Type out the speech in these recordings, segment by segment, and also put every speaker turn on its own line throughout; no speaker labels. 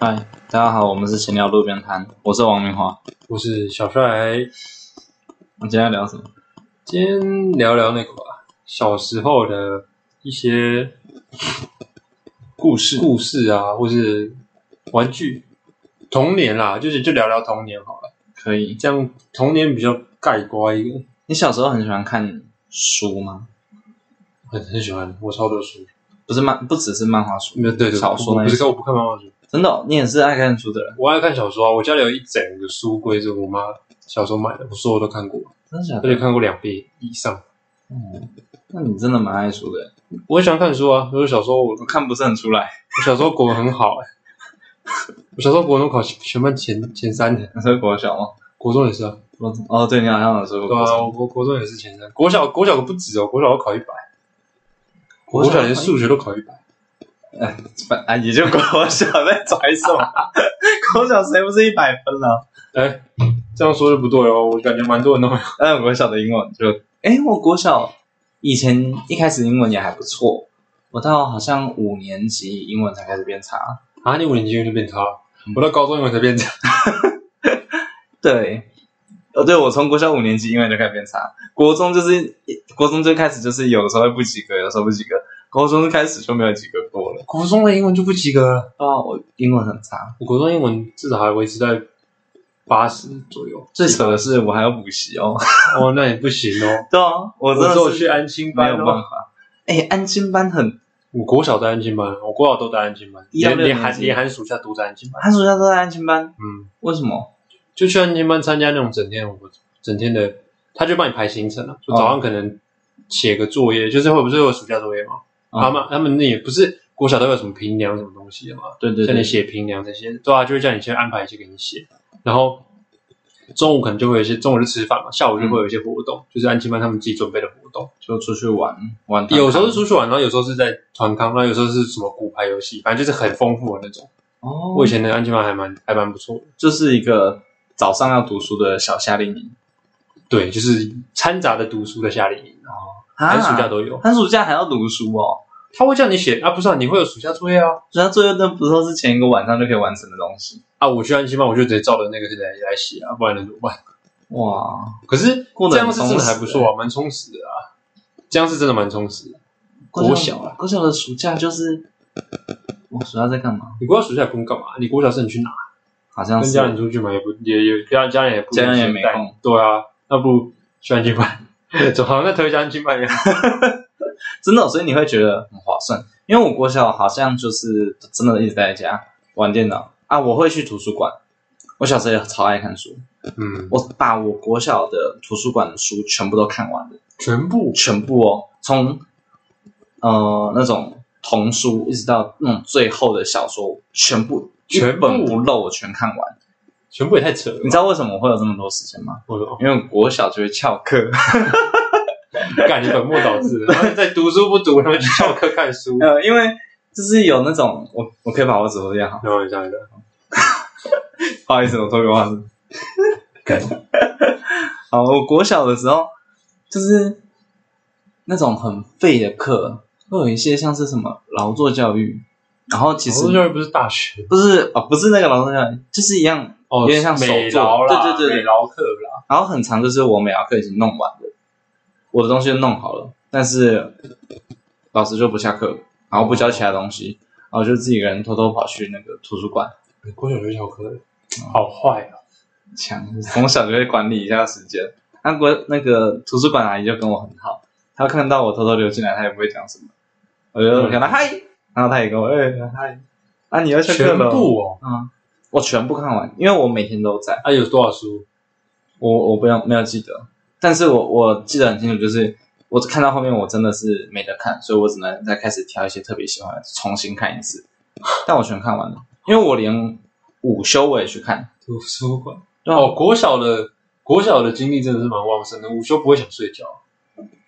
嗨，大家好，我们是闲聊路边摊，我是王明华。
我是小帅，
我们今天要聊什么？
今天聊聊那个吧，小时候的一些
故事
故事啊，或是玩具，童年啦，就是就聊聊童年好了，
可以。
这样童年比较概括一个，
你小时候很喜欢看书吗？
很很喜欢，我超多书，
不是漫，不只是漫画书，
没有对对，
小说
我
那
不
一
是
种
看我不看漫画书，
真的哦、你也是爱看书的人，
我爱看小说啊，我家里有一整个书柜是我妈小时候买的，我所有都看过，
真的假
而且
的？
看过两遍以上。
嗯，那你真的蛮爱书的，
我很喜欢看书啊，我小时候我
我看不是很出来。
我小时候国文很好、欸，我小时候国文都考全班前前三的，
你是国小吗？
国中也是啊。
我哦，对你好像有说过
对
国
啊，
小。
我国国中也是前三，国小国小不止哦，国小要考一百，
国
国
小
小连数学都考一百，
本啊，也就国小在拽什么？ 国小谁不是一百分了、
哎，这样说就不对哦，我感觉蛮多人都没有。
但国小的英文就，哎，我国小以前一开始英文也还不错，我到好像五年级英文才开始变差。
啊，你五年级英文就变差了
嗯，
我到高中英文才变差，
对，哦，对，我从国小五年级英文就开始变差，国中就是国中最开始就是有的时候会不及格，有的时候不及格，高中开始就没有及格过了。
国中的英文就不及格了，
啊，我英文很差，
我国中英文至少还维持在八十左右。
最扯的是我还要补习哦。
哦，那也不行哦，
对啊，我真
我只有
的
去
是
安亲
没
班
有办
哦。
法。哎，安亲班很，
我国小在安亲班，我国小都在安亲班，
一到
连
六
连
年
寒
级
连寒暑假都在安亲班。
寒暑假都在安亲班，
嗯，
为什么？
就去安亲班参加那种整天我整天的，他就帮你排行程了、就早
哦
上可能写个作业，就是会不是有暑假作业嘛？
哦
他们他们那也不是国小都有什么评量什么东西的嘛，
对对
叫
对
你，写评量这些，对啊，就会叫你先安排一些给你写，然后中午可能就会有一些中午就吃饭嘛，下午就会有一些活
嗯
动，就是安亲班他们自己准备的活动，
就出去玩玩。
有时候是出去玩，然后有时候是在团康，然后有时候是什么骨牌游戏，反正就是很丰富的那种。
哦，
我以前的安亲班还蛮还蛮不错的。
就是一个早上要读书的小夏令营，
对，就是掺杂着读书的夏令营，
寒
寒暑假都有。
啊寒暑假还要读书哦，
他会叫你写啊，不是啊，你会有暑假作业啊。
暑假作业那不是都是前一个晚上就可以完成的东西？
啊，我去安心班，我就直接照着那个来来写啊，不然能怎么办？
哇，
可是
过得
这
很
样是真
充
的
实
还不错啊，蛮充实的啊。这样是真的蛮充实的。国小
啊，国小的暑假就是我暑假在干嘛？
你国小暑假也不用干嘛？你国小是你去哪？
好像
跟
啊是
家人出去嘛，也不也也家家人也不
家人也没
带
空。
对啊，那不去安心班， 总好像在推荐安心班一样。
真的哦，所以你会觉得很划算。因为我国小好像就是真的一直待在家玩电脑啊，我会去图书馆。我小时候也超爱看书，
嗯，
我把我国小的图书馆的书全部都看完了。
全部
全部哦，从呃那种童书一直到那种最后的小说，全部
全
一
部
本不漏，我全看完。
全部也太扯了吧。
你知道为什么我会有这么多时间吗？
我说，
因为国小就会翘课，
干你本末倒置，然后在读书不读，然后去翘课看 书。
呃，因为就是有那种我我可以把我指头垫好，
然后你下一个，
不好意思，我脱个袜子。
干
好，我国小的时候就是那种很废的课，会有一些像是什么劳作教育，然后其实
劳作教育不是大学
不是哦，不是那个劳作教育，就是一样
哦
有点像手
美
作
劳啦，
对对对对
美劳课啦，
然后很长就是我美劳课已经弄完了，我的东西就弄好了，但是老师就不下课，然后不教其他东西，然后就自己一个人偷偷跑去那个图书馆，
国小就翘课，好坏啊！
强从小就会管理一下时间。那国那个图书馆阿姨就跟我很好，她看到我偷偷溜进来，她也不会讲什么，我
嗯
就跟她嗯嗨，然后她也跟我哎嗨，啊你要下课
全
了？
部哦，
嗯，我全部看完，因为我每天都在。
啊有多少书？
我我不要没有记得，但是我我记得很清楚，就是我看到后面我真的是没得看，所以我只能再开始挑一些特别喜欢的重新看一次。但我全看完了，因为我连午休我也去看。
图书馆
对啊
哦，国小的国小的精力真的是蛮旺盛的，午休不会想睡觉，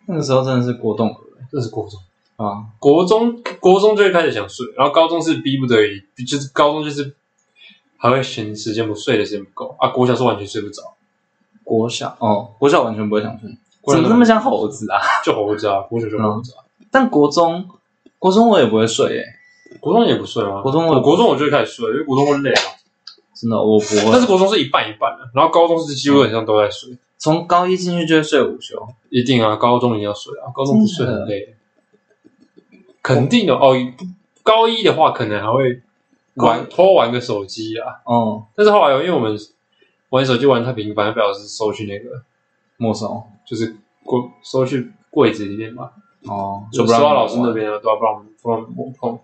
那个时候真的是过动了
这是国中。
啊！
国中国中就会开始想睡，然后高中是逼不得已，就是高中就是还会嫌时间不睡的时间不够啊，国小是完全睡不着，
国小哦，国小完全不会想睡，
国
怎
小
么那么像 猴子啊？嗯
就猴子啊，国小就猴子啊，
但国中国中我也不会睡诶、
国中也不睡吗？哦
国中我
我国中我就会开始睡，因为国中会累啊。
真的我不会。
但是国中是一半一半的、然后高中是几乎很像都在睡，
从高一进去就会睡午休，
一定啊，高中一定要睡啊，高中不睡很累，肯定的哦。高一的话可能还会玩偷玩个手机啊，
嗯，
但是后来因为我们玩手机玩太频繁，被老师收去那个
没收
就是柜收去柜子里面嘛，
哦，
就
不
收
让
到老师
我
那
玩
边了，啊都要不让我们不让我们摸碰。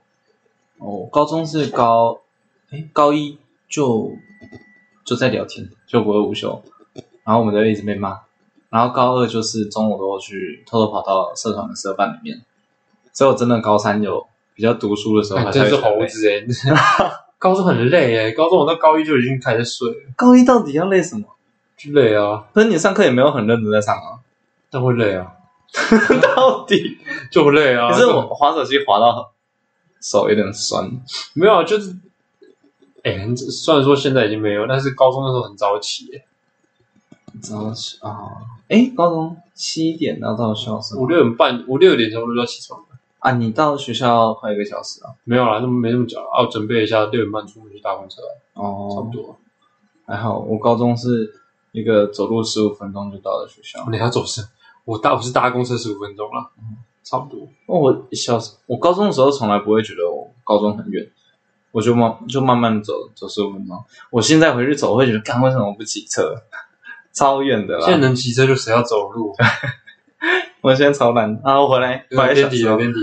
哦，高中是高，哎，高一就就在聊天，就不会午休，然后我们就一直被骂，然后高二就是中午都会去偷偷跑到社团的社办里面，只有真的高三有比较读书的时候，
哎
还
真
会
是
去那
猴
边。
子哎、 高中很累哎、高中我到高一就已经开始睡了，
哎高一到底要累什么？
就累啊，
可是你上课也没有很认真在上啊，
但会累啊，
到底？
就会累啊。
可是我滑手机滑到手有点酸，
没有啊，就是，哎、很虽然说现在已经没有，但是高中的时候很早起、欸，
早起啊，哎，高中七点要到校是吗
五六点半、五六点差不多就要起床了。
啊，你到学校快一个小时啊。
没有啦，那么没那么久了，啊，我准备一下，六点半出门去搭公车，
哦，
差不多。
还好，我高中是一个走路十五分钟就到了学校。
哦你还要走是？我搭我是搭公车十五分钟啦，差不多。
哦，我小时我高中的时候从来不会觉得我高中很远，我就慢就慢慢走走十五分钟。我现在回去走，我会觉得，看为什么我不骑车， 超远的啦。
现在能骑车就谁要走 路？
我现在超懒，然后回来
有
回来
点
小
底，
时
有
候，
点底。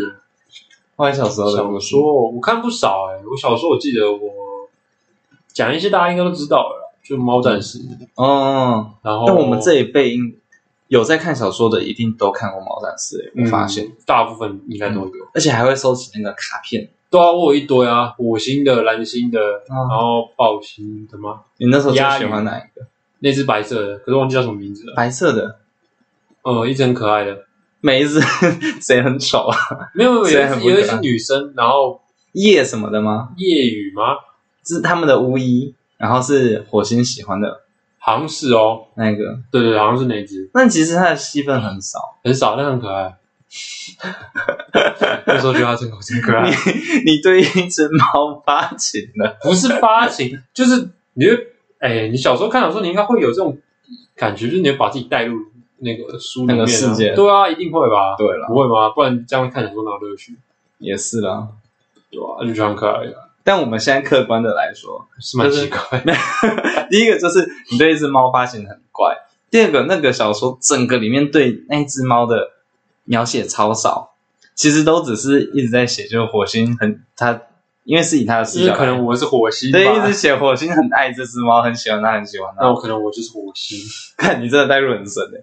回来小时候的
小
故事。
说我看不少哎、我小说我记得我讲一些大家应该都知道了啦，就猫战士，
哦，
然后
那我们这一辈应有在看小说的，一定都看过《毛战士》欸，我发现，
嗯大部分应该都有。
而且还会收集那个卡片。
对啊，我有一堆啊，火星的、蓝星的，
嗯
然后豹星的吗？
你那时候最
押
喜
韵
欢哪一个？
那只白色的，可是忘记叫什么名字了。
白色的
呃，一只很可爱的，
梅子， 谁很丑啊？
没有没有，
虽然
有
很不可
一只有
爱
一只女生，然后
夜什么的吗？
夜雨吗？
是他们的巫医，然后是火星喜欢的
好像是哦，
那个。
对对，好像是那一只，
那其实他的戏份很少，
很少，但很可 爱。那时候觉得它真真可爱，
你对一只猫发情了，
不是发情， 就是你会，哎，你小时候看小说，你应该会有这种感觉，就是你会把自己带入那个书里面、啊、
那个世界
对啊，一定会吧？
对啦
不会吗？不然这样看小说哪有乐趣？
也是啦。
对啊，就觉得很可爱的，
但我们现在客观的来说，
是蛮奇怪 的。
第一个就是你对一只猫发情很怪，第二个那个小说整个里面对那只猫的描写超少，其实都只是一直在写，就是火星很他，因为是以他的视
因为
角来，
可能我是火星吧，
对一直写火星很爱这只猫，很喜欢它，很喜欢它
那。我可能我就是火星。
看你真的代入很深哎、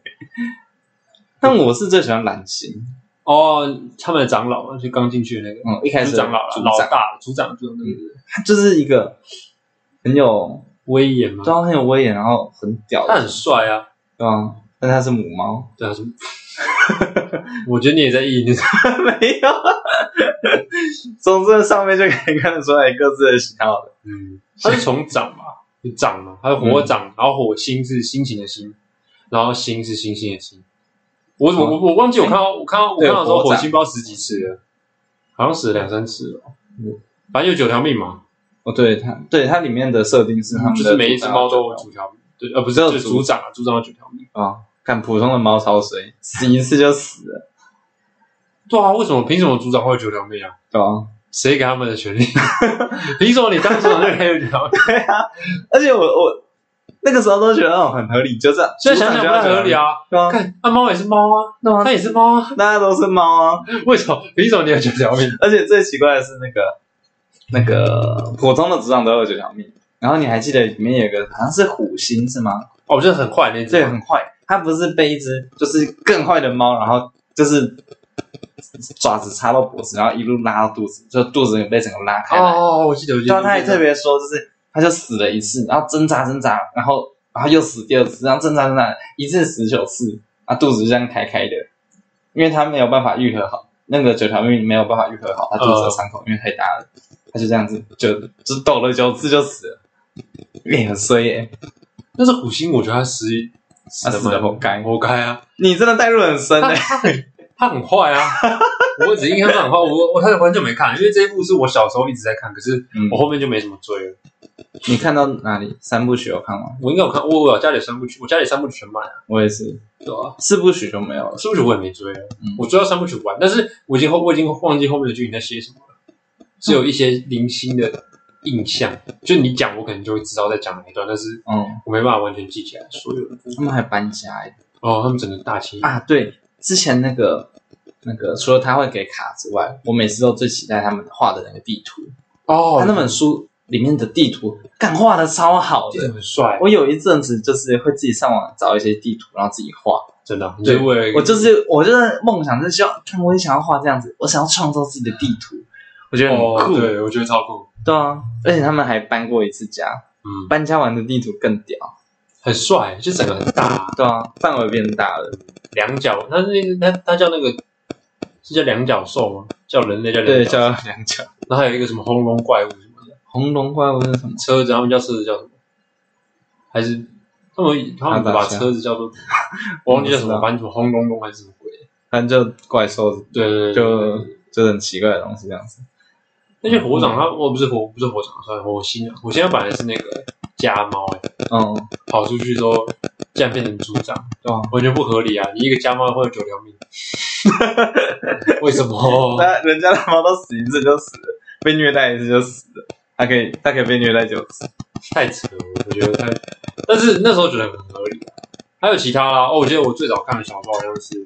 但我是最喜欢蓝星，
哦，他们的长老就刚进去的那个，
嗯，一开
组
始
长老了，
组
老
长
大，组长就那个
他就是一个很有，
威严嘛
对，啊，很有威严，然后很屌
他
的
很，帅啊。
对啊，但他是母猫，
对啊，什么 我觉得你也在意，你
没有。 从这上面就可以看得出来各自的喜好了。
嗯，他是从长嘛，就长嘛，他是火长，
嗯
然后火星是心情的心，然后星是星星的星。我我我我忘记我看到我看到我看到的时候，
哦对火
火
长
星不知道死几次了，好像死了两三次了
嗯。
反正有九条命嘛，
哦，对它，对它里面的设定是他们
嗯就
的
是每一只猫都有
组
九条命，对，呃，不是，
只有
就是
组
组长啊，组长有九条命。
长啊，看普通的猫超水，死一次就死了，
对啊，为什么凭什么组长会有九条命啊？
对啊。
谁给他们的权利？ 凭什么你当组长就可以有九条命？
而且我我那个时候都觉得哦很合理，就这样。
现在想想不太合理
啊，
啊！
对啊，
看，那猫也是猫啊，
对啊
它也是猫啊，
大家都是猫啊。
为什么？凭什么你有九条命？
而且最奇怪的是那个那个普通的组长都有九条命，然后你还记得里面有一个好像是虎星是吗？
哦，我觉得很快那只
对，
猫，
很坏，它不是被一只就是更坏的猫，然后就是爪子插到脖子，然后一路拉到肚子，就肚子也被整个拉开来。
哦，我记得，我记
然
得，
后啊他也
我记得
特别说，就是他就死了一次，然后挣扎挣扎，然后然后又死第二次，然后挣扎挣扎，一次死九次，啊，肚子就这样开开的，因为他没有办法愈合好，那个九条命没有办法愈合好，他肚子的伤口、因为太大了，他就这样子就只抖了九次就死了，脸很衰耶、
但是虎星，我觉得他死
他死的
蛮
活该，
活该啊！
你真的代入很深
他
哎、
他很他很坏啊！我只印象他很坏，我我他很久没看，因为这一部是我小时候一直在看，可是
嗯
我，后面就没什么追了。
你看到哪里？三部曲有看吗？
我应该有看，我我有家里有三部曲，我家里三部曲全买了，
我也是，
对啊，
四部曲就没有了。
四部曲我也没追了，
嗯
我追到三部曲完，但是我已经后我已经忘记后面的剧情在写什么了，只有一些零星的印象，就你讲我可能就会知道在讲哪一段，但是
嗯，
我没办法完全记起来所有的。
他们还搬家欸
哦，他们整个大清
啊！对，之前那个那个，除了他会给卡之外，我每次都最期待他们画的那个地图。
哦
他那本书里面的地图，干画的超好
真的
的。
很帅，
我有一阵子就是会自己上网找一些地图，然后自己画。
真的，
对
就是为了
我就是我就是梦想就是希望，看我也想要画这样子，我想要创造自己的地图，我觉得很
哦，
酷。
对，我觉得超酷，
对啊，而且他们还搬过一次家，
嗯，
搬家完的地图更屌。
很帅，就整个很大，
对啊，范围变大了。
两脚，他那他他叫那个是叫两脚兽吗？叫人类叫两
对，
脚兽，
叫两角
然后还有一个什么轰隆怪物什么的，
红龙怪物是什么？
车子他们叫车子叫什么？还是他们他
哈
们
达
把
虾
车子叫做我忘记叫什
我不知
么，
道
反正什么轰隆隆还是什么鬼？
反正就怪兽，
对对对，对
就
对
就很奇怪的东西这样子。
那些火掌他我不是火不是火掌，算火星啊，火星它本来是那个家猫哎，
嗯，
跑出去之后竟然变成组长。
对啊。
完全不合理啊！你一个家猫会有九条命，为什么？
但人家的猫都死一次就死了，被虐待一次就死了，它可以它可以被虐待九次。
太扯了，我觉得太……但是那时候觉得很合理、啊。还有其他啦，哦，我记得我最早看的小说好像是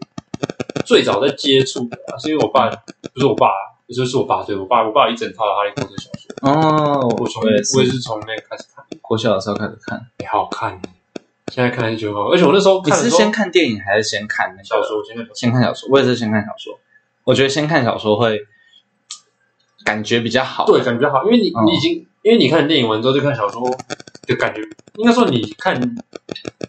最早在接触的、啊，是因为我爸不是我爸，就是我爸，对我爸，我爸有一整套的《哈利波特》小说，
哦，
我从
我
我
也
也
是，
是从那个开始看，
国小的时候开始看。欸
哎、好好看，现在看还是觉得很好，而且我那时候
你
看的
是
时候
先看电影还是先看那个
小？说，我现在
先看小说，我也是先看小说。我觉得先看小说会感觉比较好。
对，感觉好，因为你、
嗯
你已经因为你看电影完之后就看小说的感觉，应该说你看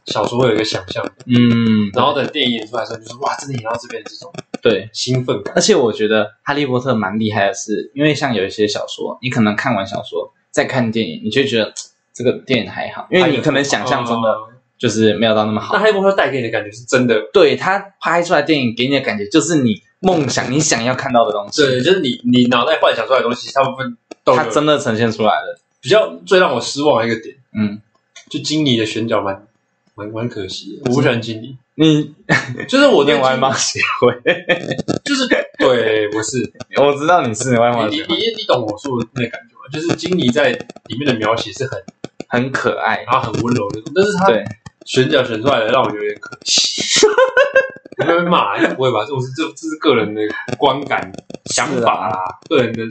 小说会有一个想象，
嗯，
然后等电影演出来的时候，就是哇，真的演到这边这种
对。
兴奋感。
而且我觉得《哈利波特》蛮厉害的是，因为像有一些小说，你可能看完小说再看电影，你就会觉得嘖这个电影还好，因为你可能想象中的
呃
就是没有到那么
那
好。
《哈利波特》带给你的感觉是真的，
对他拍出来的电影给你的感觉，就是你梦想你想要看到的东西，
对，就是你你脑袋幻想出来的东西，大部分都有
它真的呈现出来了。
比较最让我失望的一个点，
嗯，
就金妮的选角蛮蛮蛮可惜的，我不喜欢金妮，
你
就是我对
念外
金妮
貌协会，
就是对，我是
我知道你是外貌
你
协
你
会，
你你懂我说的那个感觉吗？就是金妮在里面的描写是很。
很可爱。
然后很温柔那种，但是他
对
选角选出来的让我有点可惜。 我会被骂，应该不会吧？这种是这这是个人的观感、想法啦，个人的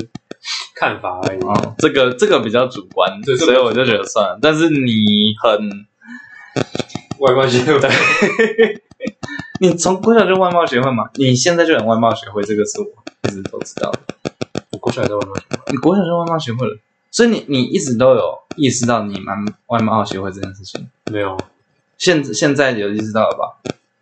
看法而已。
哦，这个这个比较主观，
对这个
所以我就觉得算了。但是你很，
外貌协 会，
你从国小就外貌协会嘛，你现在就很外貌协会，这个是我一直都知道的。
我过去还在外貌协会，
你国小就外貌协会了，所以你你一直都有意识到你蛮外貌协会这件事情。
没有，
现现在有意识到了吧？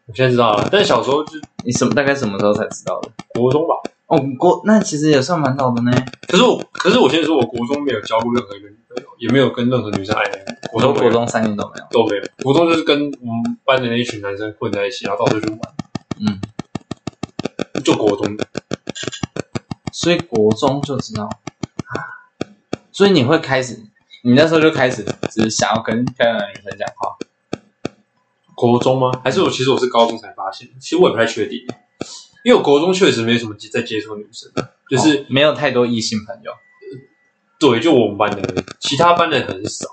我现在知道了。但小时候就是
你什么大概什么时候才知道的？
国中吧，
哦，国那其实也算蛮早的呢。
可是我可是我现在说，我国中没有交过任何一个女朋友，也没有跟任何女生暧昧过。
我
国
说
中
国
国中
中三年都没有。
都没有，国中就是跟我们班的那一群男生混在一起，然后到处去玩，
嗯，
就国中的。
所以国中就知道，啊所以你会开始，你那时候就开始只是想要跟漂亮的女生讲话。
国中吗？还是我其实我是高中才发现的，其实我也不太确定，因为我国中确实没什么在接触女生，就是、
哦没有太多异性朋友。
对，就我们班的而已，其他班的很少，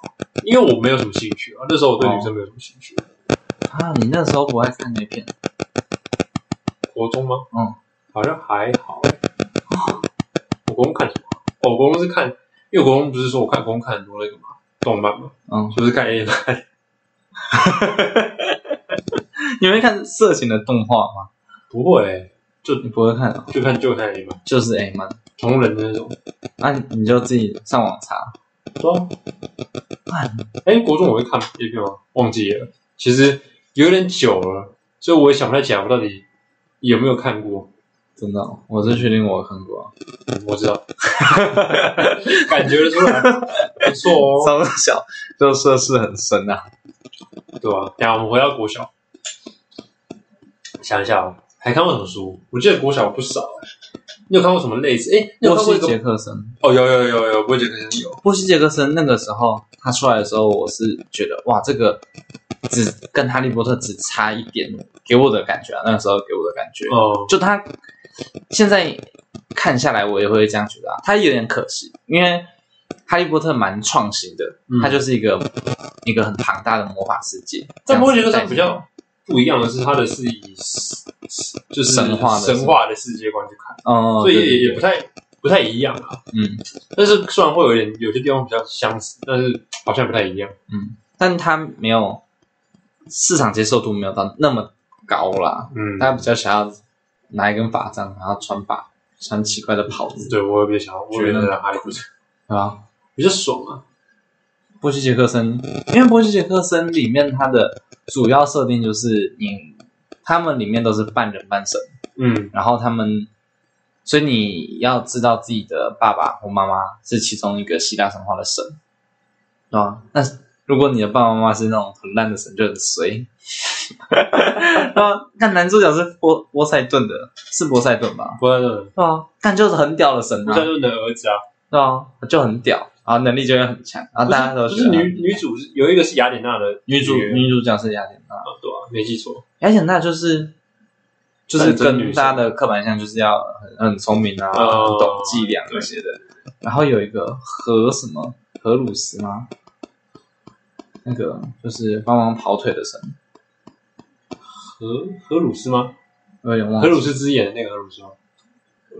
因为我没有什么兴趣啊，那时候我对女生没有什么兴趣。
啊，你那时候不爱看那片？
国中吗？
嗯，
好像还好、欸。我国中看什么啊？哦，我国中是看，因为我国中不是说我看国中看很多那个嘛动漫嘛，
嗯，
就是看 A 漫，
你会看色情的动画吗？
不会欸、
你不会看、哦，
就看就看 A 漫，
就是 A 漫，
同人的那种。
那、你就自己上网查。
对啊
看，
哎、国中我会看 A 片吗？忘记了，其实有点久了，所以我也想不太起来我到底有没有看过。
真的哦、我是确定我有看过，
嗯我知 道，感觉得出来，不错哦，
从小就涉世很深啊。
对吧、啊？等一下我们回到国小，想一下哦，还看过什么书？我记得国小不少、啊你有看过什么类似？哎、你
波
有看过
西
一个
杰克森，
哦，有有有有，我也觉得有。
波西杰克森那个时候他出来的时候，我是觉得哇，这个只跟哈利波特只差一点，给我的感觉啊，那个时候给我的感觉，
哦，
就他现在看下来，我也会这样觉得、啊，他有点可惜，因为哈利波特蛮创新的，
嗯
它就是一个一个很庞大的魔法世界。
但摩羯座
这样
上
子
比较不一样的是，它的是以就是
神话的
神话的世界哦观去看，
嗯，
所以也也
对
不太不太一样啊。
嗯，
但是虽然会有点有些地方比较相似，但是好像不太一样。
但它没有市场接受度没有到那么高啦，
嗯，
他比较想要拿一根法杖，然后穿法穿奇怪的袍子，
对我也比较想要，我也
觉
比
得
较哈利波特，
对吧？
比较爽啊。
波西杰克森，因为波西杰克森里面它的主要设定就是你，他们里面都是半人半神。
嗯
然后他们，所以你要知道自己的爸爸或妈妈是其中一个希腊神话的神，对吧？那如果你的爸爸妈妈是那种很烂的神，就很衰。然后看男主角是波波塞顿的，是波塞顿吧？
波塞顿，
对啊，看就是很屌的神
波
啊，
塞顿的儿子啊，
对啊，就很屌，然后能力就会很强，然后
不
大家
是
都
不
觉
是
得
女女主是有一个是雅典娜的
女主
女嗯
女主角是雅典娜，
啊，对啊，没记错。
雅典娜就是就是
战争女
跟
神
大家的刻板印象就是要很很聪明啊，
哦
很懂伎俩那些的。然后有一个荷什么荷鲁斯吗？那个就是帮忙跑腿的神，
荷荷鲁斯吗？
我有点忘
荷
记，
鲁斯之眼的那个荷鲁斯吗？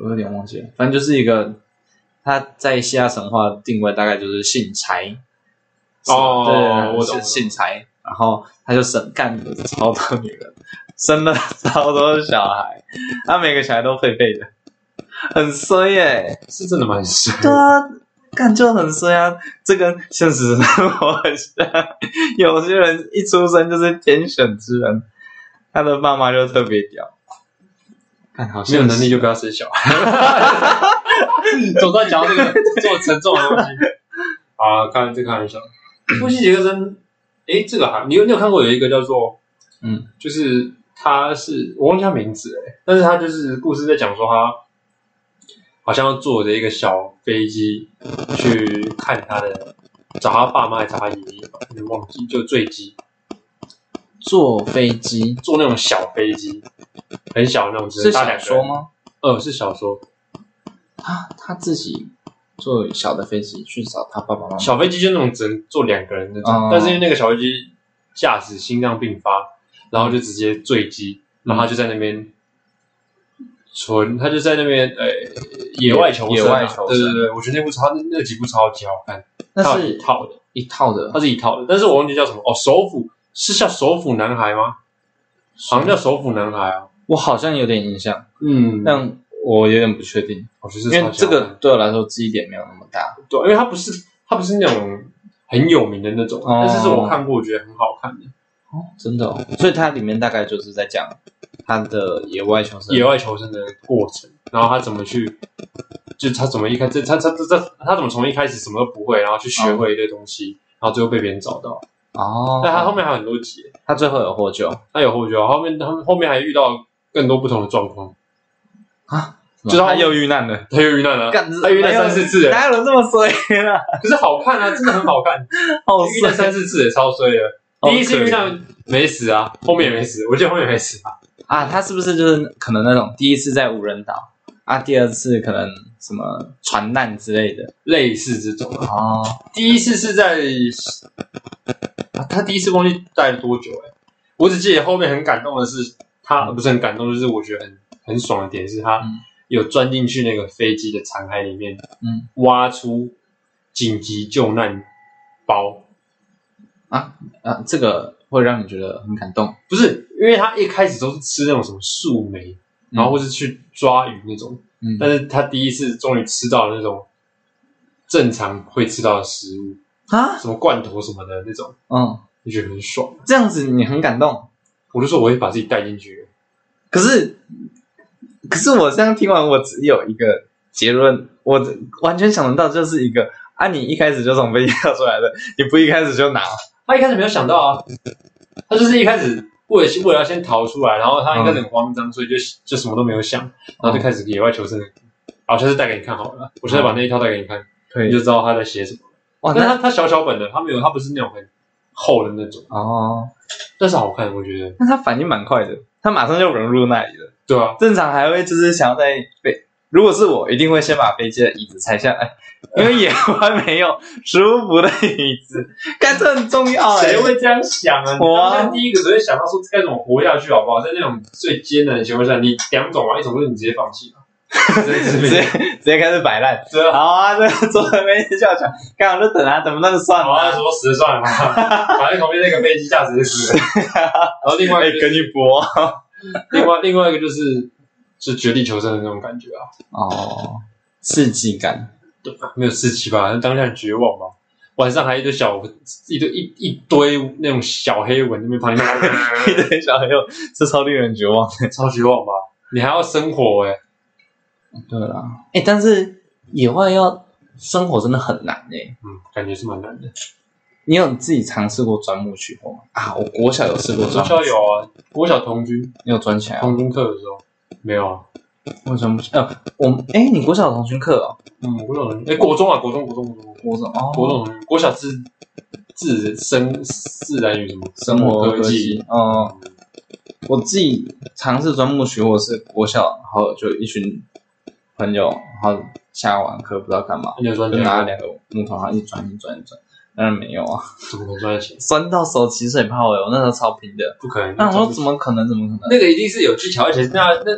我有点忘记了。反正就是一个他在希腊神话的定位大概就是信差。
哦
对，
我懂
是信差。然后他就生干了超多女人，生了超多小孩，他每个小孩都废废的，很衰耶、
是真的蛮帅的。
对啊，干就很衰啊，这跟现实生活很像。有些人一出生就是天选之人，他的爸妈就特别屌。看，好
没有
像
能力就不要生小孩。 总算讲到这个这么沉重的 东西。啊，开玩笑，开玩笑。夫妻杰克森，诶，这个还你有你有看过有一个叫做
嗯，
就是他是我忘记他名字诶，但是他就是故事在讲说他好像要坐着一个小飞机去看他的找他爸妈还是找他爷爷吧，有点忘记就坠机，
坐飞机
坐那种小飞机，很小的那种，只
是
能搭
小
两个
说
人？
吗？
呃，是小说。
他啊他自己坐小的飞机去找他爸爸妈妈。
小飞机就那种只能坐两个人那种，
哦
但是因为那个小飞机驾驶心脏病发，然后就直接坠机，然后他就在那边存，他就在那边呃野外求生、啊，
野外求生
对对对，我觉得那部超那那几部超级好看，
那
它有
是
一套的，
一套的
它是一套的，但是我忘记叫什么哦，首府是叫首府男孩吗？好像叫首府男孩啊，
我好像有点印象，
嗯，
但我有点不确定，
我觉得
因
是超级好
为
看
这个对我来说记忆点没有那么大。
对，因为它不是它不是那种很有名的那种，
哦
但是是我看过我觉得很好看的。
哦，真的哦，所以它里面大概就是在讲他的野外求生，
野外求生的过程，然后他怎么去，就是他怎么一开始，他他他他他怎么从一开始什么都不会，然后去
嗯
学会一堆东西，然后最后被别人找到。
哦，
但他后面还有很多集，
他最后有获救
他有后续，后面他们后面还遇到更多不同的状况，
啊，
就是他
他又遇难了，
他又遇难了，
干哎
他遇难三四次，
哪有人这么衰 啊？
可是好看啊，真的很好看，
好
遇难
衰，
三四次也超衰的。
好
第一次
哦可怜
遇难没死啊，后面也没死，我记得后面也没死啊。
啊！他是不是就是可能那种第一次在无人岛啊，第二次可能什么船难之类的
类似这种啊，
哦，
第一次是在、啊他第一次忘记待了多久哎、我只记得后面很感动的是他，不是很感动，就是我觉得很很爽的点是他
嗯
有钻进去那个飞机的残骸里面，
嗯，
挖出紧急救难包，
啊，这个会让你觉得很感动，
不是因为他一开始都是吃那种什么树莓，然后或是去抓鱼那种，
嗯
但是他第一次终于吃到了那种正常会吃到的食物，
啊，
什么罐头什么的那种，
嗯，
就觉得很爽。
这样子你很感动，
我就说我会把自己带进去。
可是，可是我这样听完，我只有一个结论，我完全想得到就是一个啊，你一开始就从飞机跳出来的，你不一开始就拿，
他一开始没有想到啊，他就是一开始为了为了要先逃出来，然后他应该很慌张，所以就就什么都没有想，然后就开始野外求生。好，下次带给你看好了，我现在把那一套带给你看，
可
你
以
就知道他在写什么。
哇，
但
那
他他小小本的，他没有，他不是那种很厚的那种，
哦，
但是好看，我觉得。
那他反应蛮快的，他马上就融入那里了。
对啊，
正常还会就是想要在飞，如果是我，一定会先把飞机的椅子拆下来，因为野外没有舒服的椅子， 干这很重要哎、
啊谁会这样想啊？你
我啊
当下第一个只会想到说该怎么活下去，好不好？在那种最艰难的情况下，你两种嘛，一种就是你直接放 弃嘛，直
直接
接
直接开始摆烂。
对啊，
好啊，这个做的没笑想，干我就等啊，等不到就算
好
了、
啊，说死了算了嘛，反正旁边那个飞机架直接死了。然后另外
哎、
一个就
跟
是，
你搏
另外另外一个就是是绝地求生的那种感觉啊，
哦，刺激 感，
对吧？没有士气吧，当下很绝望吧。晚上还一堆小一堆一一堆那种小黑蚊那边旁
一
边，
堆小朋友，这超令人绝望。
超绝望吧？你还要生活哎、
对啦，哎、但是野外要生活真的很难哎、
嗯，感觉是蛮难的。
你有自己尝试过钻木取火吗？啊，我国小有试过
国
钻，
小有啊，国小童军
你有钻起来吗？
童军课的时候没有啊。
为什么不？呃，我们哎、你国小有同军课哦，
嗯，国小童军，哎，国中啊，国中，国中，国中，
国中哦，
国中同军，国小自自生自然与什么
生活
科
科技，嗯，我自己尝试钻木取火是国小，然后就一群朋友，然后下完课不知道干嘛，
那你有专
就
家
拿了两个木头，然后一转一转一转，当然没有啊，
怎么可能赚钱？
钻到手起水泡了，我那时候超拼的。
不可能。
那我
赚
说
不起
怎么可能？怎么可能？
那个一定是有技巧，而且那那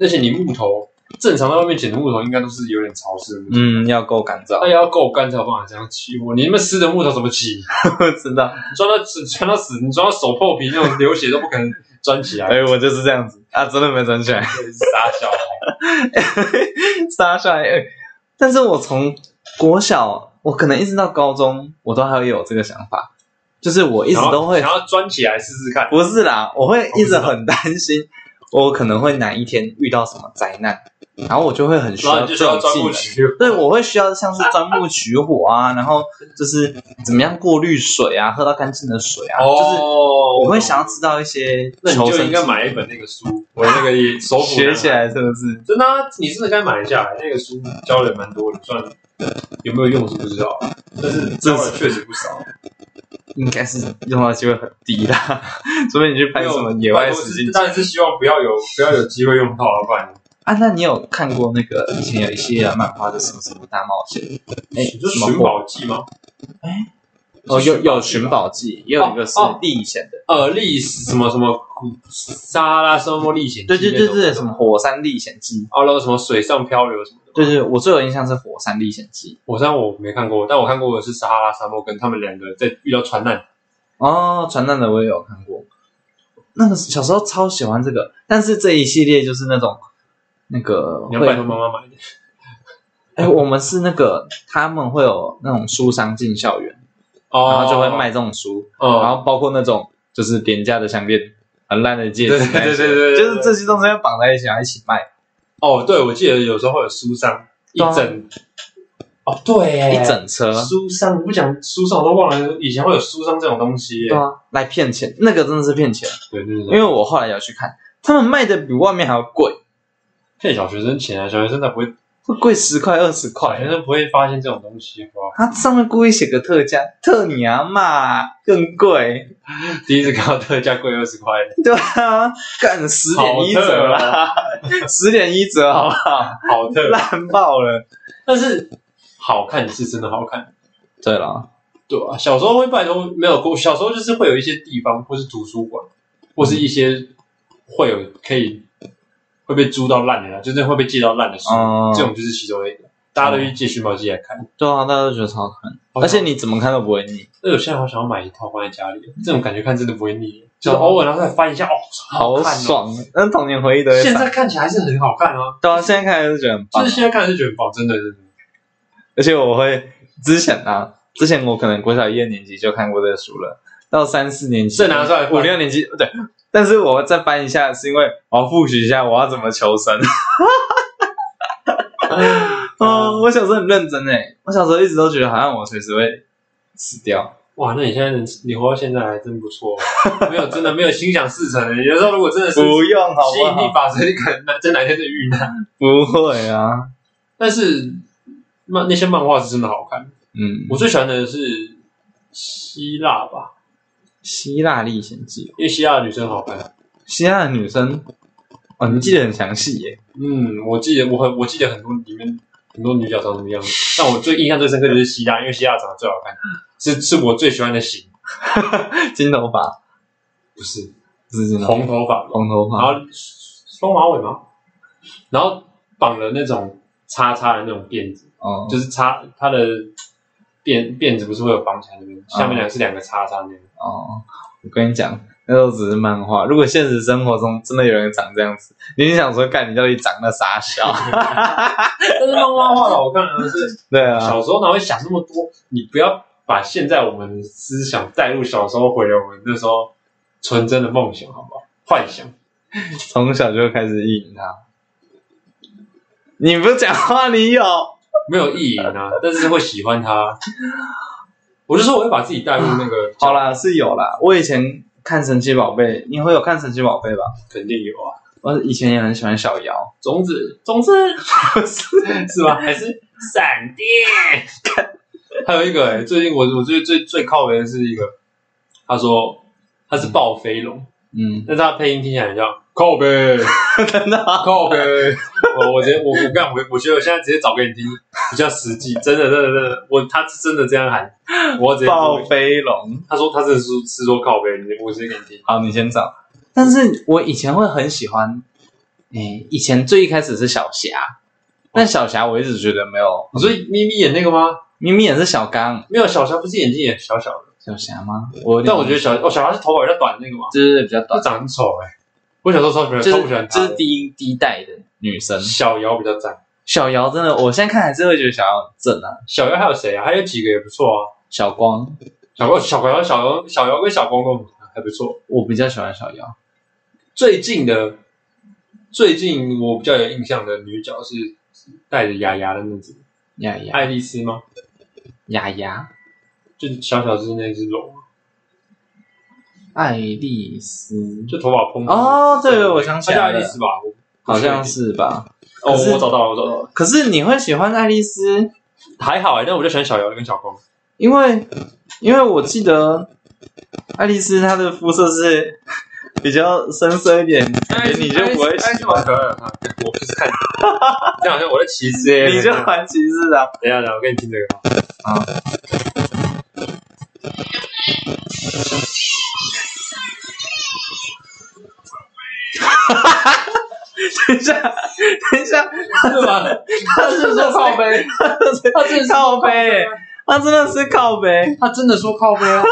而且你木头正常在外面捡的木头应该都是有点潮湿的木头，
嗯，要够干燥
那，也要够干才有办法这样起火。你们湿的木头怎么起？
不知道。
钻到死，钻到死，你钻到手破皮那种流血都不可能钻起 来。
哎，我就是这样子啊，真的没转起来。
傻小孩，
杀下来。哎但是我从国小，我可能一直到高中，我都还会有这个想法，就是我一直都会
想，要想要钻起来试试看。
不是啦，我会一直很担心，我可能会哪一天遇到什么灾难，然后我就会很需
然后
要
你就
这
需要
种
钻
技
木
能。
取火。
对，我会需要像是钻木取火啊，然后就是怎么样过滤水啊，喝到干净的水啊，就是我
哦
会想要知道一些
那你
求
就
生
应该
技
买一本那个书，我那个也手
能
谱
学起
来。
来，是不是？
真的啊、你真的该买一下、那个书教的蛮多的，算有没有用是不知道，但是教的确实不少。
应该是用到机会很低的， 除非你去拍什么野外
我
实境
是当然是希望不要有不要有机会用到啊，不然
啊，那你有看过那个以前有一系列漫画的什么什么大冒险？哎、
你说
什么
寻
火？
宝记吗？
哦，有有
是
寻宝记，也有一个是
哦哦
历险的，
呃历史什么什么古撒哈拉沙漠历险记
对
那种
对
的，
对对，什么火山历险记？
哦，然后什么水上漂流什么的。
对对，我最有印象是火山历险记。
我虽然我没看过，但我看过的是撒哈拉沙漠跟他们两个在遇到船难，
哦，传难的我也有看过，那个小时候超喜欢这个，但是这一系列就是那种那个
你要拜
会
托，妈妈买的。
哎、我们是那个他们会有那种书商进校园，
哦
然后就会卖这种书，
哦，
然后包括那种就是廉价的项链、很烂的戒指，
对对对对对对
就是这些东西要绑在一起，然后一起卖，
哦，对，我记得有时候会有书商一
对啊
整，哦，对耶，
一整车，
书商，你不讲书商我都忘了，以前会有书商这种东西耶
对。啊，来骗钱，那个真的是骗钱，
对对
因为我后来有去看，他们卖的比外面还要贵，
骗小学生钱啊，小学生才不会，
会贵十块二十
小学
块，
生不会发现这种东西哇！
它上面故意写个特价，特你阿妈更贵，
第一次看到特价贵二十块，
对啊，干十点一折啦， 十点一折好不好？
好特，
烂爆了，
但是好看是真的好看，
对了，
对啊，小时候会拜托没有，小时候就是会有一些地方或是图书馆，或是一些会有可以会被租到烂的啦，就是会被借到烂的书，
嗯
这种就是其中一个，大家都去借寻宝记来看。
对啊，大家都觉得超好看，
好
而且
像
你怎么看都不会腻。
那哎我现在好想要买一套放在家里，这种感觉看真的不会腻，就是偶尔然后再翻一下，哦，
啊好
看哦
爽！那童年回忆都会
现
反
在看起来还是很好看啊，
对啊，现在看来是觉得很棒
就是。现在看还是觉得很棒，真的真的。
而且我会之前啊，之前我可能国小一二年级就看过这个书了，到三四年级
再拿出来 翻
五六年级对。但是我再翻一下，是因为我要复习一下我要怎么求 生。嗯欸哦，我小时候很认真诶，我小时候一直都觉得好像我随时会死掉，
哇，那你现在能你活到现在还真不错，哦没有真的没有心想事成。有时候如果真的是
不用好
吸
不
引力
好？
法则，你可能哪在哪天就遇难。
不会啊，
但是漫那些漫画是真的好看，
嗯，
我最喜欢的是希腊吧，
希腊历险记，
因为希腊的女生好看。
希腊的女生，哦，你记得很详细耶。
嗯，我记得我很我记得很多里面很多女角长什么样子，但我最印象最深刻就是希腊，因为希腊长得最好看，是是我最喜欢的型，
金头发
不是
不是金头发，
红头发，
红头
然
发，
后双马尾吗？然后绑了那种叉叉的那种辫子，
哦，
就是叉它的辫辫子不是会有绑起来那边，下面两是两个叉叉那个。
哦，我跟你讲，那都只是漫画。如果现实生活中真的有人长这样子，你就想说，干你到底长那啥小？
但是漫画画的好看 啊，是
对啊，
小时候哪会想那么多？你不要把现在我们的思想带入小时候，毁了我们那时候纯真的梦想，好不好？幻想。
从小就开始意淫他。你不讲话，你有
没有意 淫啊，但是会喜欢他。我就说我会把自己带入那个，
好，啦，是有啦。我以前看神奇宝贝，你会有看神奇宝贝吧？
肯定有啊。
我以前也很喜欢小妖，
种子，种子是吧？还是闪电？ 还有一个、欸，最近我我最最最靠北的是一个，他说他是暴飞龙，
嗯，
但是他配音听起来很像靠北
真的啊
靠北。我我直接我我干我我觉得我现在直接找给你听比较实际，真的真的真的，我他是真的这样喊，我直接
暴飞龙。
他说他真的是是说靠北，你我直接给你听。
好，你先找。但是我以前会很喜欢，诶、以前最一开始是小霞，但小霞我一直觉得没有
你说咪咪演那个吗？
明明也是小刚，
没有，小霞不是眼睛也小小的，
小霞吗？我有点
但我觉得小哦小霞是头发比较短的那个嘛，
就是比较
她
短，
长得很丑哎、我小时候超喜欢，
就
超不喜
是
欢
就
她
是
的。
第一第一代的女生
小瑶比较赞，
小瑶，真的，我现在看还是会觉得小瑶很正啊。
小瑶还有谁啊？还有几个也不错啊。
小光，
小光、小瑶、小瑶、小瑶跟小光光还不错。
我比较喜欢小瑶，
最近的，最近我比较有印象的女角是带着牙牙的那只
雅雅
爱丽丝吗？
雅雅，
就是小小只那只龙，
爱丽丝，
就头发蓬蓬的
哦对对我想起来
她叫
了
爱丽丝吧？我
好像是吧？
哦，
可是
我找到了，我找到了，
可是你会喜欢爱丽丝，
还好哎、但我就喜欢小瑶跟小光。
因为因为我记得爱丽丝她的肤色是 比较深色一点，感觉你就不会喜欢，
我不是 看你，这样好像我在歧视哎。
你就
等
蛮歧视的啊。
一下，等一下，我给你听这个。
等一下，等一下，
是 吗？他
真的说靠
背，
他真的是 靠背，
哦
他真的是靠背。
他真的说靠 背啊！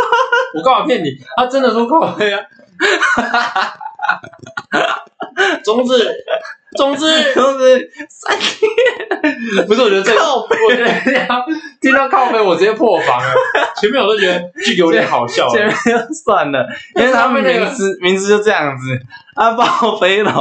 我干嘛骗你？他真的说靠背啊！中子，中子，
就是三
不是，我觉得这个，
靠背，
我觉得听到靠背，我直接破防了。前面我都觉得这个有点好笑，啊
前面就算
哦
了，因为他们名字名字就这样子，阿豹飞龙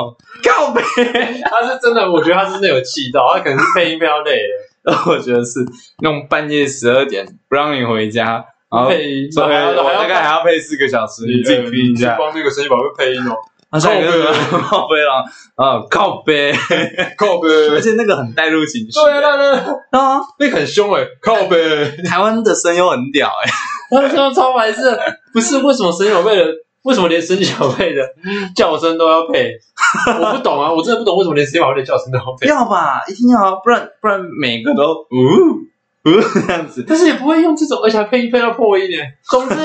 靠背，
他是真的，我觉得他真的有气到，他可能是配音配到累了，
我觉得是那种半夜十二点不让你回家，然后
配音
所以
还要
我大
还要
概还要配四个小时，你自己拼一下。啊
帮那个神奇宝贝配音哦，
他下一个是靠背龙，啊靠背，
靠背。
而且那个很带入情绪，
对啊，那 那
啊，
那个很凶哎，靠背。
台湾的声优很屌哎，
他说超白痴，不是为什么神奇宝贝的，为什么连神奇宝贝的叫声都要配？我不懂啊，我真的不懂为什么连神奇宝贝的叫声都要配。
要吧，一定要，啊不然不然每个都 呜呜这样子，
但是也不会用这种，而且还配音配到破音呢。总 之，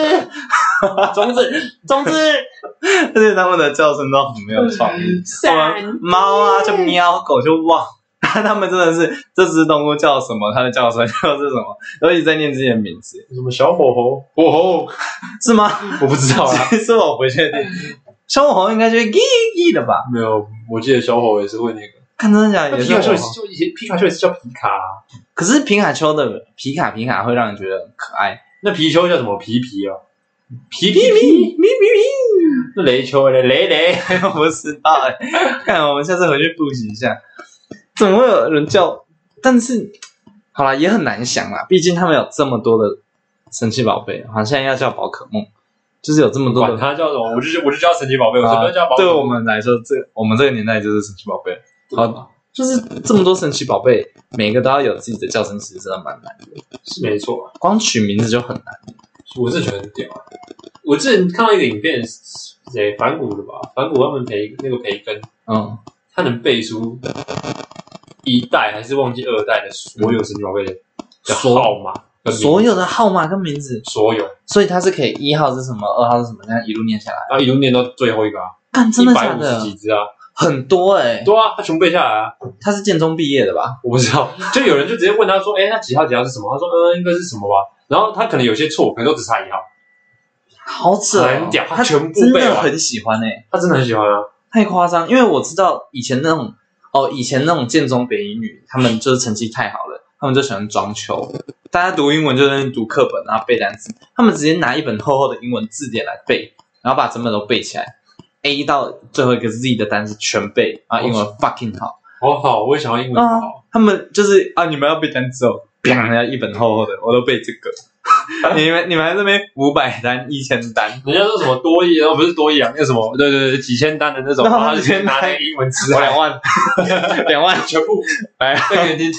总之，总之，
而且他们的叫声都很没有创
嗯
意，
闪
猫啊就喵，狗就汪。他们真的是 这只动物叫什么，它的叫声就是什么，而且在念自己的名字，
什么小火猴，火猴，
是吗？
我不知道啊。
其实我不确定，小火猴应该就是叽叽的吧？
没有，我记得小火也是会那个。
看真的假的也
皮
是
卡丘
火
也
猴
是，啊就以前皮卡丘也是叫皮卡啊，
可是皮卡丘的皮卡皮卡会让人觉得很可爱，
那皮丘叫什么皮皮啊？皮
咪
皮
咪
皮，
咪咪
那雷丘嘞，雷雷。
咪， 我不知道哎、看我们下次回去复习一下，怎么会有人叫？但是好啦，也很难想啦，毕竟他们有这么多的神奇宝贝，好像现在要叫宝可梦，就是有这么多
管
的。
它叫什么，我就是我就叫神奇宝贝，我随
啊
便叫宝可
对
梦。
我们来说，这我们这个年代就是神奇宝贝，好，就是这么多神奇宝贝，每个都要有自己的叫声，其实真的蛮难的，
是没错啊，
光取名字就很难。
我是觉得很屌啊。我之前看到一个影片，是谁反骨的吧？反骨他们培那个培根，
嗯，
他能背出一代还是忘记二代的所有神奇宝贝的的
所
号码跟名字，
嗯所有的号码跟名字，
所有，
所以它是可以一号是什么，二号是什么，这样一路念下来。
然后一路念到最后一个啊，
干，真
一
的
百
假
五十
的？
几只啊，
很多哎、
对啊，他全部背下来啊。
他是建中毕业的吧？
我不知道，就有人就直接问他说：“哎、那几号几号是什么？”他说：“嗯，应该是什么吧。”然后他可能有些错，可能都只差一号。
好扯、哦，
很屌
他
全部
真
背
的
完
很喜欢哎、
他真的很喜欢啊，
太夸张，因为我知道以前那种哦，以前那种建中北一女，她们就是成绩太好了，她们就喜欢装球。大家读英文就在那边读课本，然后背单词，她们直接拿一本厚厚的英文字典来背，然后把整本都背起来，A 到最后一个 Z 的单词全背啊，英文 fucking 好。
好好，我也想要英文
啊
好。
他们就是啊，你们要背单词哦，啪，人家一本厚厚的，我都背这 个。你们你们还这边五百单、一千单，
人家说什么多亿，然后不是多亿啊，那个什么，对对对，几千单的 那种，
那
然
他
后他就直接拿那个英文字
我
来
两万，两万
全部
来。
那个你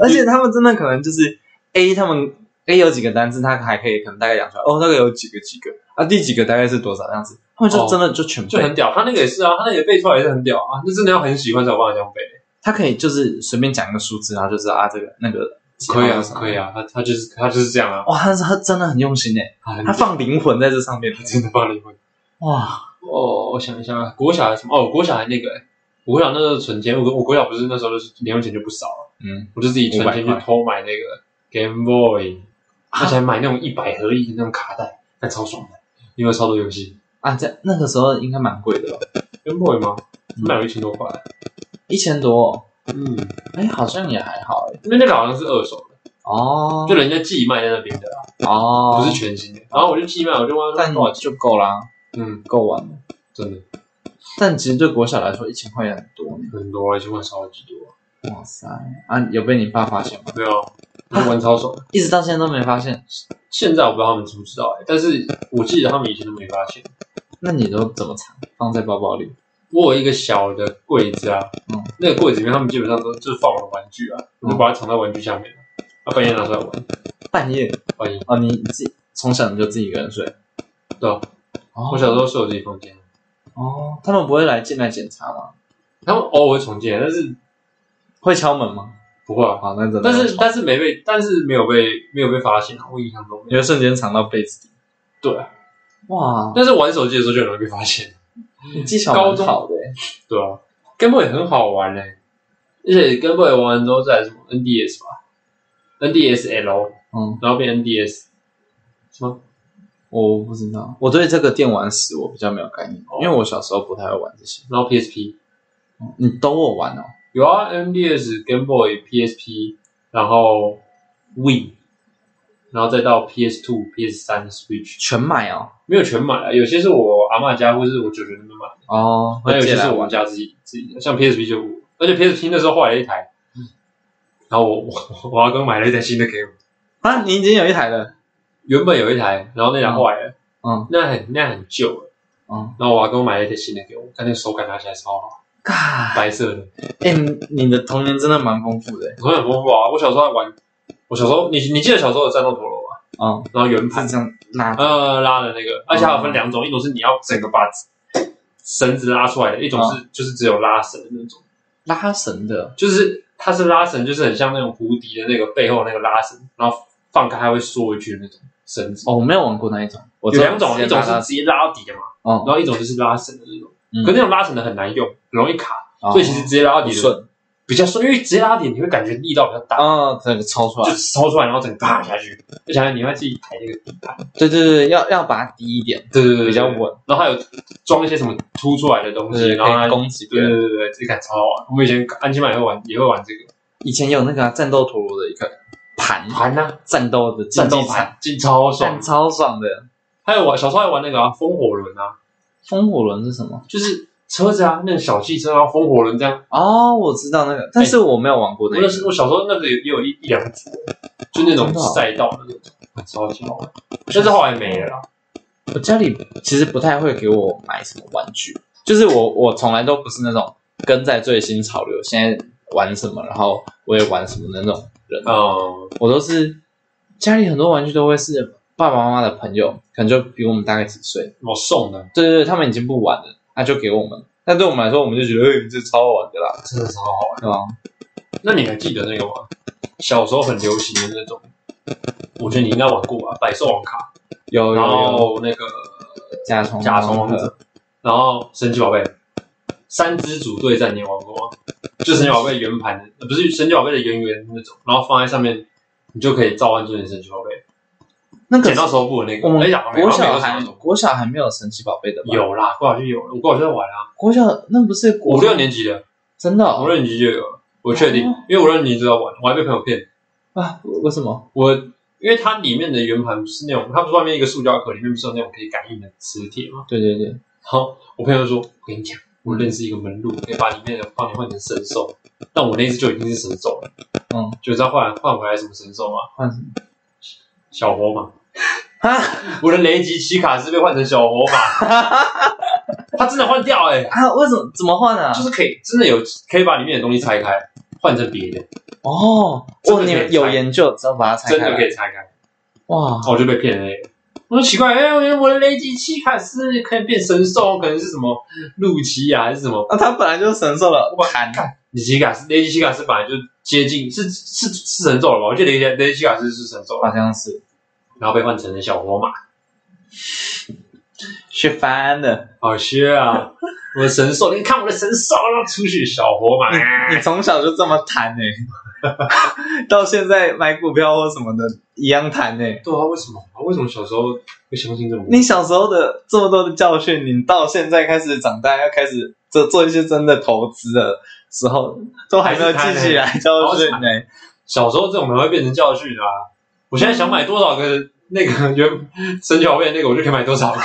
而且他们真的可能就是 A，他们 A 有几个单词，他还可以可能大概讲出来，哦，那个有几个几个啊，第几个大概是多少这样子，他们就
哦
真的就全
就
背，
很屌，他那个也是啊，他那个背出来也是很屌啊，那真的要很喜欢才有办法这样背。
他可以就是随便讲一个数字，然后就知道啊这个那个
可以啊，可以，啊，他他就是他就是这样啊，
哇，他是他真的很用心诶，
他很
他放灵魂在这上面，
他真的帮你会。
哇，
哦，我想一下，国小还是什么？哦，国小还那个、欸，我国小那时候存钱，我我国小不是那时候就是零用钱就不少了，
嗯，
我就自己存
500
钱去
块
偷买那个 Game Boy，
啊
而且还买那种一百合一的那种卡带，那超爽的，因为超多游戏。
啊，在那个时候应该蛮贵的吧，
Game Boy 吗？
嗯
卖了一千多块，
一千多哦，
嗯，
哎，好像也还好欸诶，
因为那个好像是二手的，
哦，
就人家寄卖在那边的啦，
哦，
不是，全新的。然后我就寄卖，我就问他
但
说多少钱，
就够啦，
嗯，
够玩了，
真的
但其实对国小来说，一千块也很多呢，
很多，一千块超级多，
哇塞，啊，有被你爸发现吗？
对啊，那玩超爽。
一直到现在都没发现。
现在我不知道他们知不知道、欸，但是我记得他们以前都没发现。
那你都怎么藏？放在包包里？
我有一个小的柜子啊，
嗯
那个柜子里面他们基本上都就是放我的玩具啊，我就把它藏在玩具下面，啊，半夜拿出来玩，
半夜
半夜
哦，你自己从小你就自己一个人睡？
对啊，
哦
我小时候是有自己房间，
哦，他们不会来进来检查吗？
他们偶尔会重建，但是
会敲门吗？
不会啊，
好，那真的
但是但是没被，但是没有被没有被发现啊，我印象中没
你
有。
会瞬间藏到被子里。
对啊，
哇，
但是玩手机的时候就很容易被发现，
你技巧
高
蛮
中
好的欸。
对啊，Game Boy 很好玩嘞、欸而且 Game Boy 玩完之后再来什么 NDS 吧，NDS L，
嗯，
然后变 NDS，什么？
我不知道，我对这个电玩史我比较没有概念
哦，
因为我小时候不太会玩这些。
然后 PSP，
你都我玩哦？
有啊，NDS、Game Boy、PSP，然后 Wii，然后再到 PS Two、PS 三、Switch，
全买哦？
没有全买啊，有些是我阿嬷家或是我舅舅那边买的，
哦，
还
会
有
借
些
来
是我们
玩。
家自己自己的，像 PSP 就，而且 PSP 那时候坏了一台，
嗯
然后我我我阿公买了一台新的给我，
啊，你已经有一台了。
原本有一台，然后那台坏了，
嗯
那很那很旧了，
嗯，
然后我阿公买了一台新的给我，但那手感拿起来超好，
嘎，
白色的，
哎，你的童年真的蛮丰富的欸。
我很丰富啊，我小时候还玩，我小时候你你记得小时候有战斗陀螺吗？
嗯，
然后圆盘
是。这样拉
呃，拉的那个，而且还有分两种，一种是你要整个把绳子拉出来的，一种是、
嗯
就是只有拉绳的那种，
拉绳的，
就是它是拉绳，就是很像那种蝴蝶的那个背后那个拉绳，然后放开它会缩回去的那种绳子。
哦，我没有玩过那一种，我
有两种，
直
一
接
种
拉
是
拉
直接拉到底的嘛，
哦，
然后一种就是拉绳的那种。
嗯
可那种拉绳的很难用，很容易卡，
哦
所以其实直接拉到
不
底的
顺，
比较顺，因为直接拉到底你会感觉力道比较大，
啊，整个抽出
就
来，
抽出来然后整个啪下去，而且还你会自己抬那个底盘，
对对对，要要把它低一点，
对对对，
比较。稳，
然后还有装一些什么凸出来的东西，
对，
然后
可
它
以攻击别
对对
人。
对对，这个超好玩。我们以前安亲班也会玩，也会玩这个
以前有那个啊战斗陀螺的一个盘，
盘呐、
啊战斗的竞
战
技
斗
场，
盘，进超爽
但。超爽的。
还有玩小时候还玩那个啊，风火轮啊，
风火轮是什么？
就是车子啊，那种小汽车啊，风火轮这样。
哦，我知道那个，但是我没有玩过
我
那
那
个。
时我小时候那个也也有一一两组，就那种
真的哦
赛道那种，超级好玩。但是后来没了啦。
我家里其实不太会给我买什么玩具，就是我我从来都不是那种跟在最新潮流，现在玩什么，然后我也玩什么的那种人。
嗯，
我都是家里很多玩具都会是爸爸妈妈的朋友，可能就比我们大概几岁，
我送的，
对对对，他们已经不玩了，那就给我们。那对我们来说，我们就觉得，哎、这超好玩的啦，
真的超好玩。
对吧？
那你还记得那个吗？小时候很流行的那种，我觉得你应该玩过吧，百兽王卡，
有有
然
有，
后那个
甲虫啊呃
甲虫王
王
者，然后神奇宝贝，三只组对战，你有玩过吗？就神奇宝贝圆盘的，呃不是神奇宝贝的圆圆那种，然后放在上面，你就可以召唤出你的神奇宝贝。
那个
剪刀石头布的那个，
我
哎
们
呀，
国小
还
还国小还没有神奇宝贝的吧？
有啦，国小就有了，我国小就在玩啊，
国小那不是国
五六年级的，
真的
五
哦
六年级就有了，我确定
哦，
因为五六年级就在玩，我还被朋友骗。
啊？为什么？
我因为它里面的圆盘不是那种，它不是外面一个塑胶壳，里面不是有那种可以感应的磁铁吗？
对对对，
然后我朋友说，我跟你讲，我认识一个门路，可以把里面的帮你换成神兽。但我那一次就已经是神兽了，
嗯，
就知道换换回来什么神兽吗？
换什么？
小火马，
啊
我的雷吉奇卡是被换成小火马，他真的换掉哎、
啊！为什么怎么换啊？
就是可以真的有可以把里面的东西拆开，换成别的，
哦，
真的
哦，你
可以
们
拆
有研究，只要把它拆
真
开
的
来
可以拆开。
哇！
我就被骗了、欸。我说奇怪，哎、我的雷吉奇卡是可以变神兽，可能是什么露奇亚还是什么？
那啊它本来就是神兽了，
哇
盘
雷吉奇卡是雷吉奇卡是本来就接近是是是神兽了吧？我记得雷吉雷吉奇卡是是神兽了，
好像是
然后被换成了小火马。
去翻的。
好些啊！我的神兽，你看我的神兽，然后出去小火马。
你从小就这么贪欸呢、 到现在买股票或什么的，一样贪呢、
对啊，为什么啊？为什么小时候会相信这种？
你小时候的这么多的教训，你到现在开始长大，要开始做做一些真的投资的时候，都还欸没有记起来教训呢、
小时候这种才会变成教训啊！我现在想买多少个那个原神奇宝贝那个，我就可以买多少个，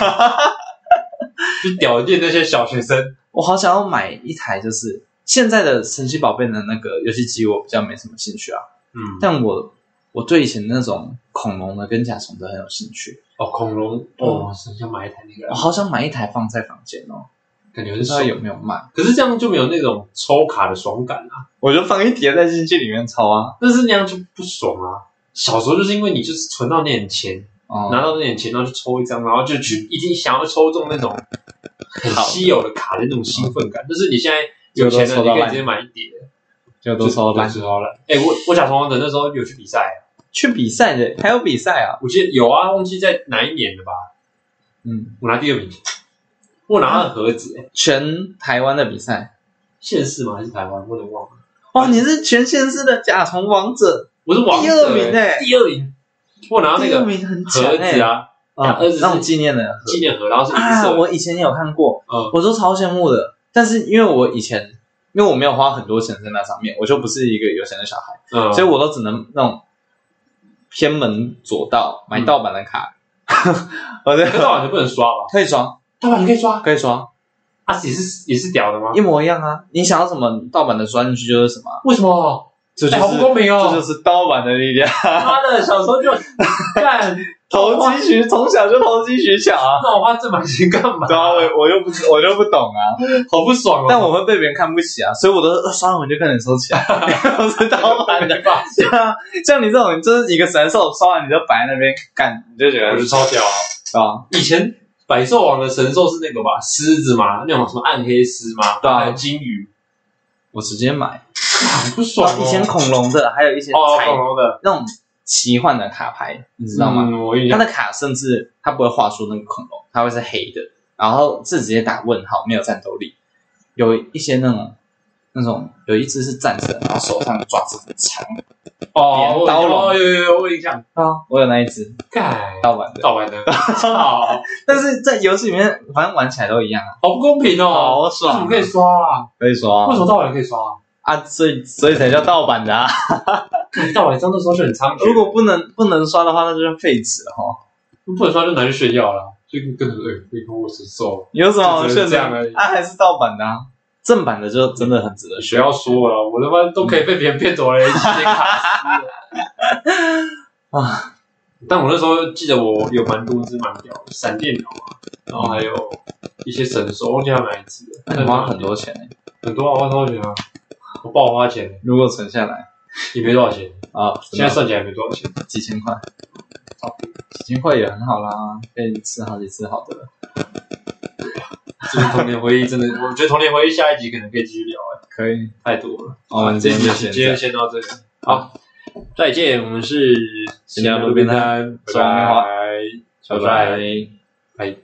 就屌电那些小学生。
我好想要买一台，就是现在的神奇宝贝的那个游戏机，我比较没什么兴趣啊。
嗯，
但我我对以前那种恐龙的跟甲虫的很有兴趣，
哦，恐龙，
嗯
哦，是想买一台那个
我，好想买一台放在房间哦，
感觉
不
很
知道
爽。
哦有没有卖。
可是这样就没有那种抽卡的爽感啊，
我就放一叠再进去里面抄啊。
但是那样就不爽啊。小时候就是因为你就是存到那点钱，
哦、
拿到那点钱，然后就抽一张，然后就去一定想要抽中那种很
好的
稀有的卡的那种兴奋感。就是你现在有钱了，
就都抽
你
到
可以
烂
直接买一叠。
就
都
都抄烂。
时候了。哎、我我甲虫王者那时候有去比赛，
去比赛的还有比赛啊？
我记得有啊，忘记在哪一年了吧？
嗯，
我拿第二名，我拿了盒子、哎
全台湾的比赛。
县市吗？还是台湾？我有点忘了。
哇，你是全县市的甲虫王者，
我是王者、
第二名哎
第二名。我拿那
第二
个
名很强
盒
哎、
子啊，
嗯
儿子是
那种纪念的
纪念盒，然后是银
啊，
色的。
我以前也有看过，
嗯
我都超羡慕的。但是因为我以前，因为我没有花很多钱在那上面，我就不是一个有钱的小孩，
嗯，
所以我都只能那种偏门左道
嗯
买盗版的卡。 我
可是
的
盗版就不能刷吧？
可以刷，
盗版你可以刷
可以刷。
啊，也是也是屌的吗？
一模一样啊！你想要什么盗版的钻进去就是什么啊，
为什么？
这
哎，好不公平哦！
是盗版的力 量。
妈的，小时候就 干，
投机取从小就投机取巧啊！
那我花这把钱干嘛？
对啊，我我又不我就不懂 啊，
好不爽哦！
但 我会被别人看不起啊，所以我都呃刷完我就跟人收起来，我是盗版的。
没办法
对啊， 像你这种就是一个神兽，刷完你就摆在那边干，你就觉得
我就超屌啊！
对啊，
以前百兽王的神兽是那个吧，狮子嘛，那种什么暗黑狮嘛，
对啊
还有金鱼，
我直接买。
很不爽、哦。
以前恐龙的还有一些
哦，
彩
恐龙的，
那种奇幻的卡牌，你知道吗？
嗯？我印
他 的
象
卡甚至他不会画出那个恐龙，他会是黑的，然后是直接打问号，没有战斗力。有一些那种那种有一只是战神，然后手上爪子很长
哦，我有
刀龙
哦有有有，我有印象。
啊，我有那一只
盖
盗版的，
盗 版的，好，
但是在游戏里面反正玩起来都一样啊，
好不公平哦！
好
为什么
爽
可以
啊。
刷啊？
可以说
为什
啊
么盗版可以刷啊？
啊，所以所以才叫盗版的啊！
盗版 上那时候就很猖獗，
如果不能不能刷的话，那就是废纸哈。
不能刷就拿去炫耀了。就跟很多人被我是受，
有什么
就
好
只是
炫
这
的
样而已？
啊，还是盗版的啊，正版的就真的很值得学。
不要说了，我他妈都可以被别人骗走了一些卡司了
啊！
但我那时候记得我有蛮多只蛮屌的，闪电鸟啊，然后还有一些神兽，忘记他哪一只了。
那你花很多钱欸、
很多啊，花多少钱啊？我爆花钱，
如果存下来
也没多少钱，
啊，
现在算起来没多少 钱。
几千块，哦几千块也很好啦，可以吃好几次好的了。
这个童年回忆真的，我觉得童年回忆下一集可能可以继续聊、哎，
可以，
太多了。
我
啊
们今天就
今
先
天
这
先到这里，好，再见，我们是
新加坡路边摊
新加坡路边摊，
小梅花
拜拜，
样，
小帅。
拜。
拜。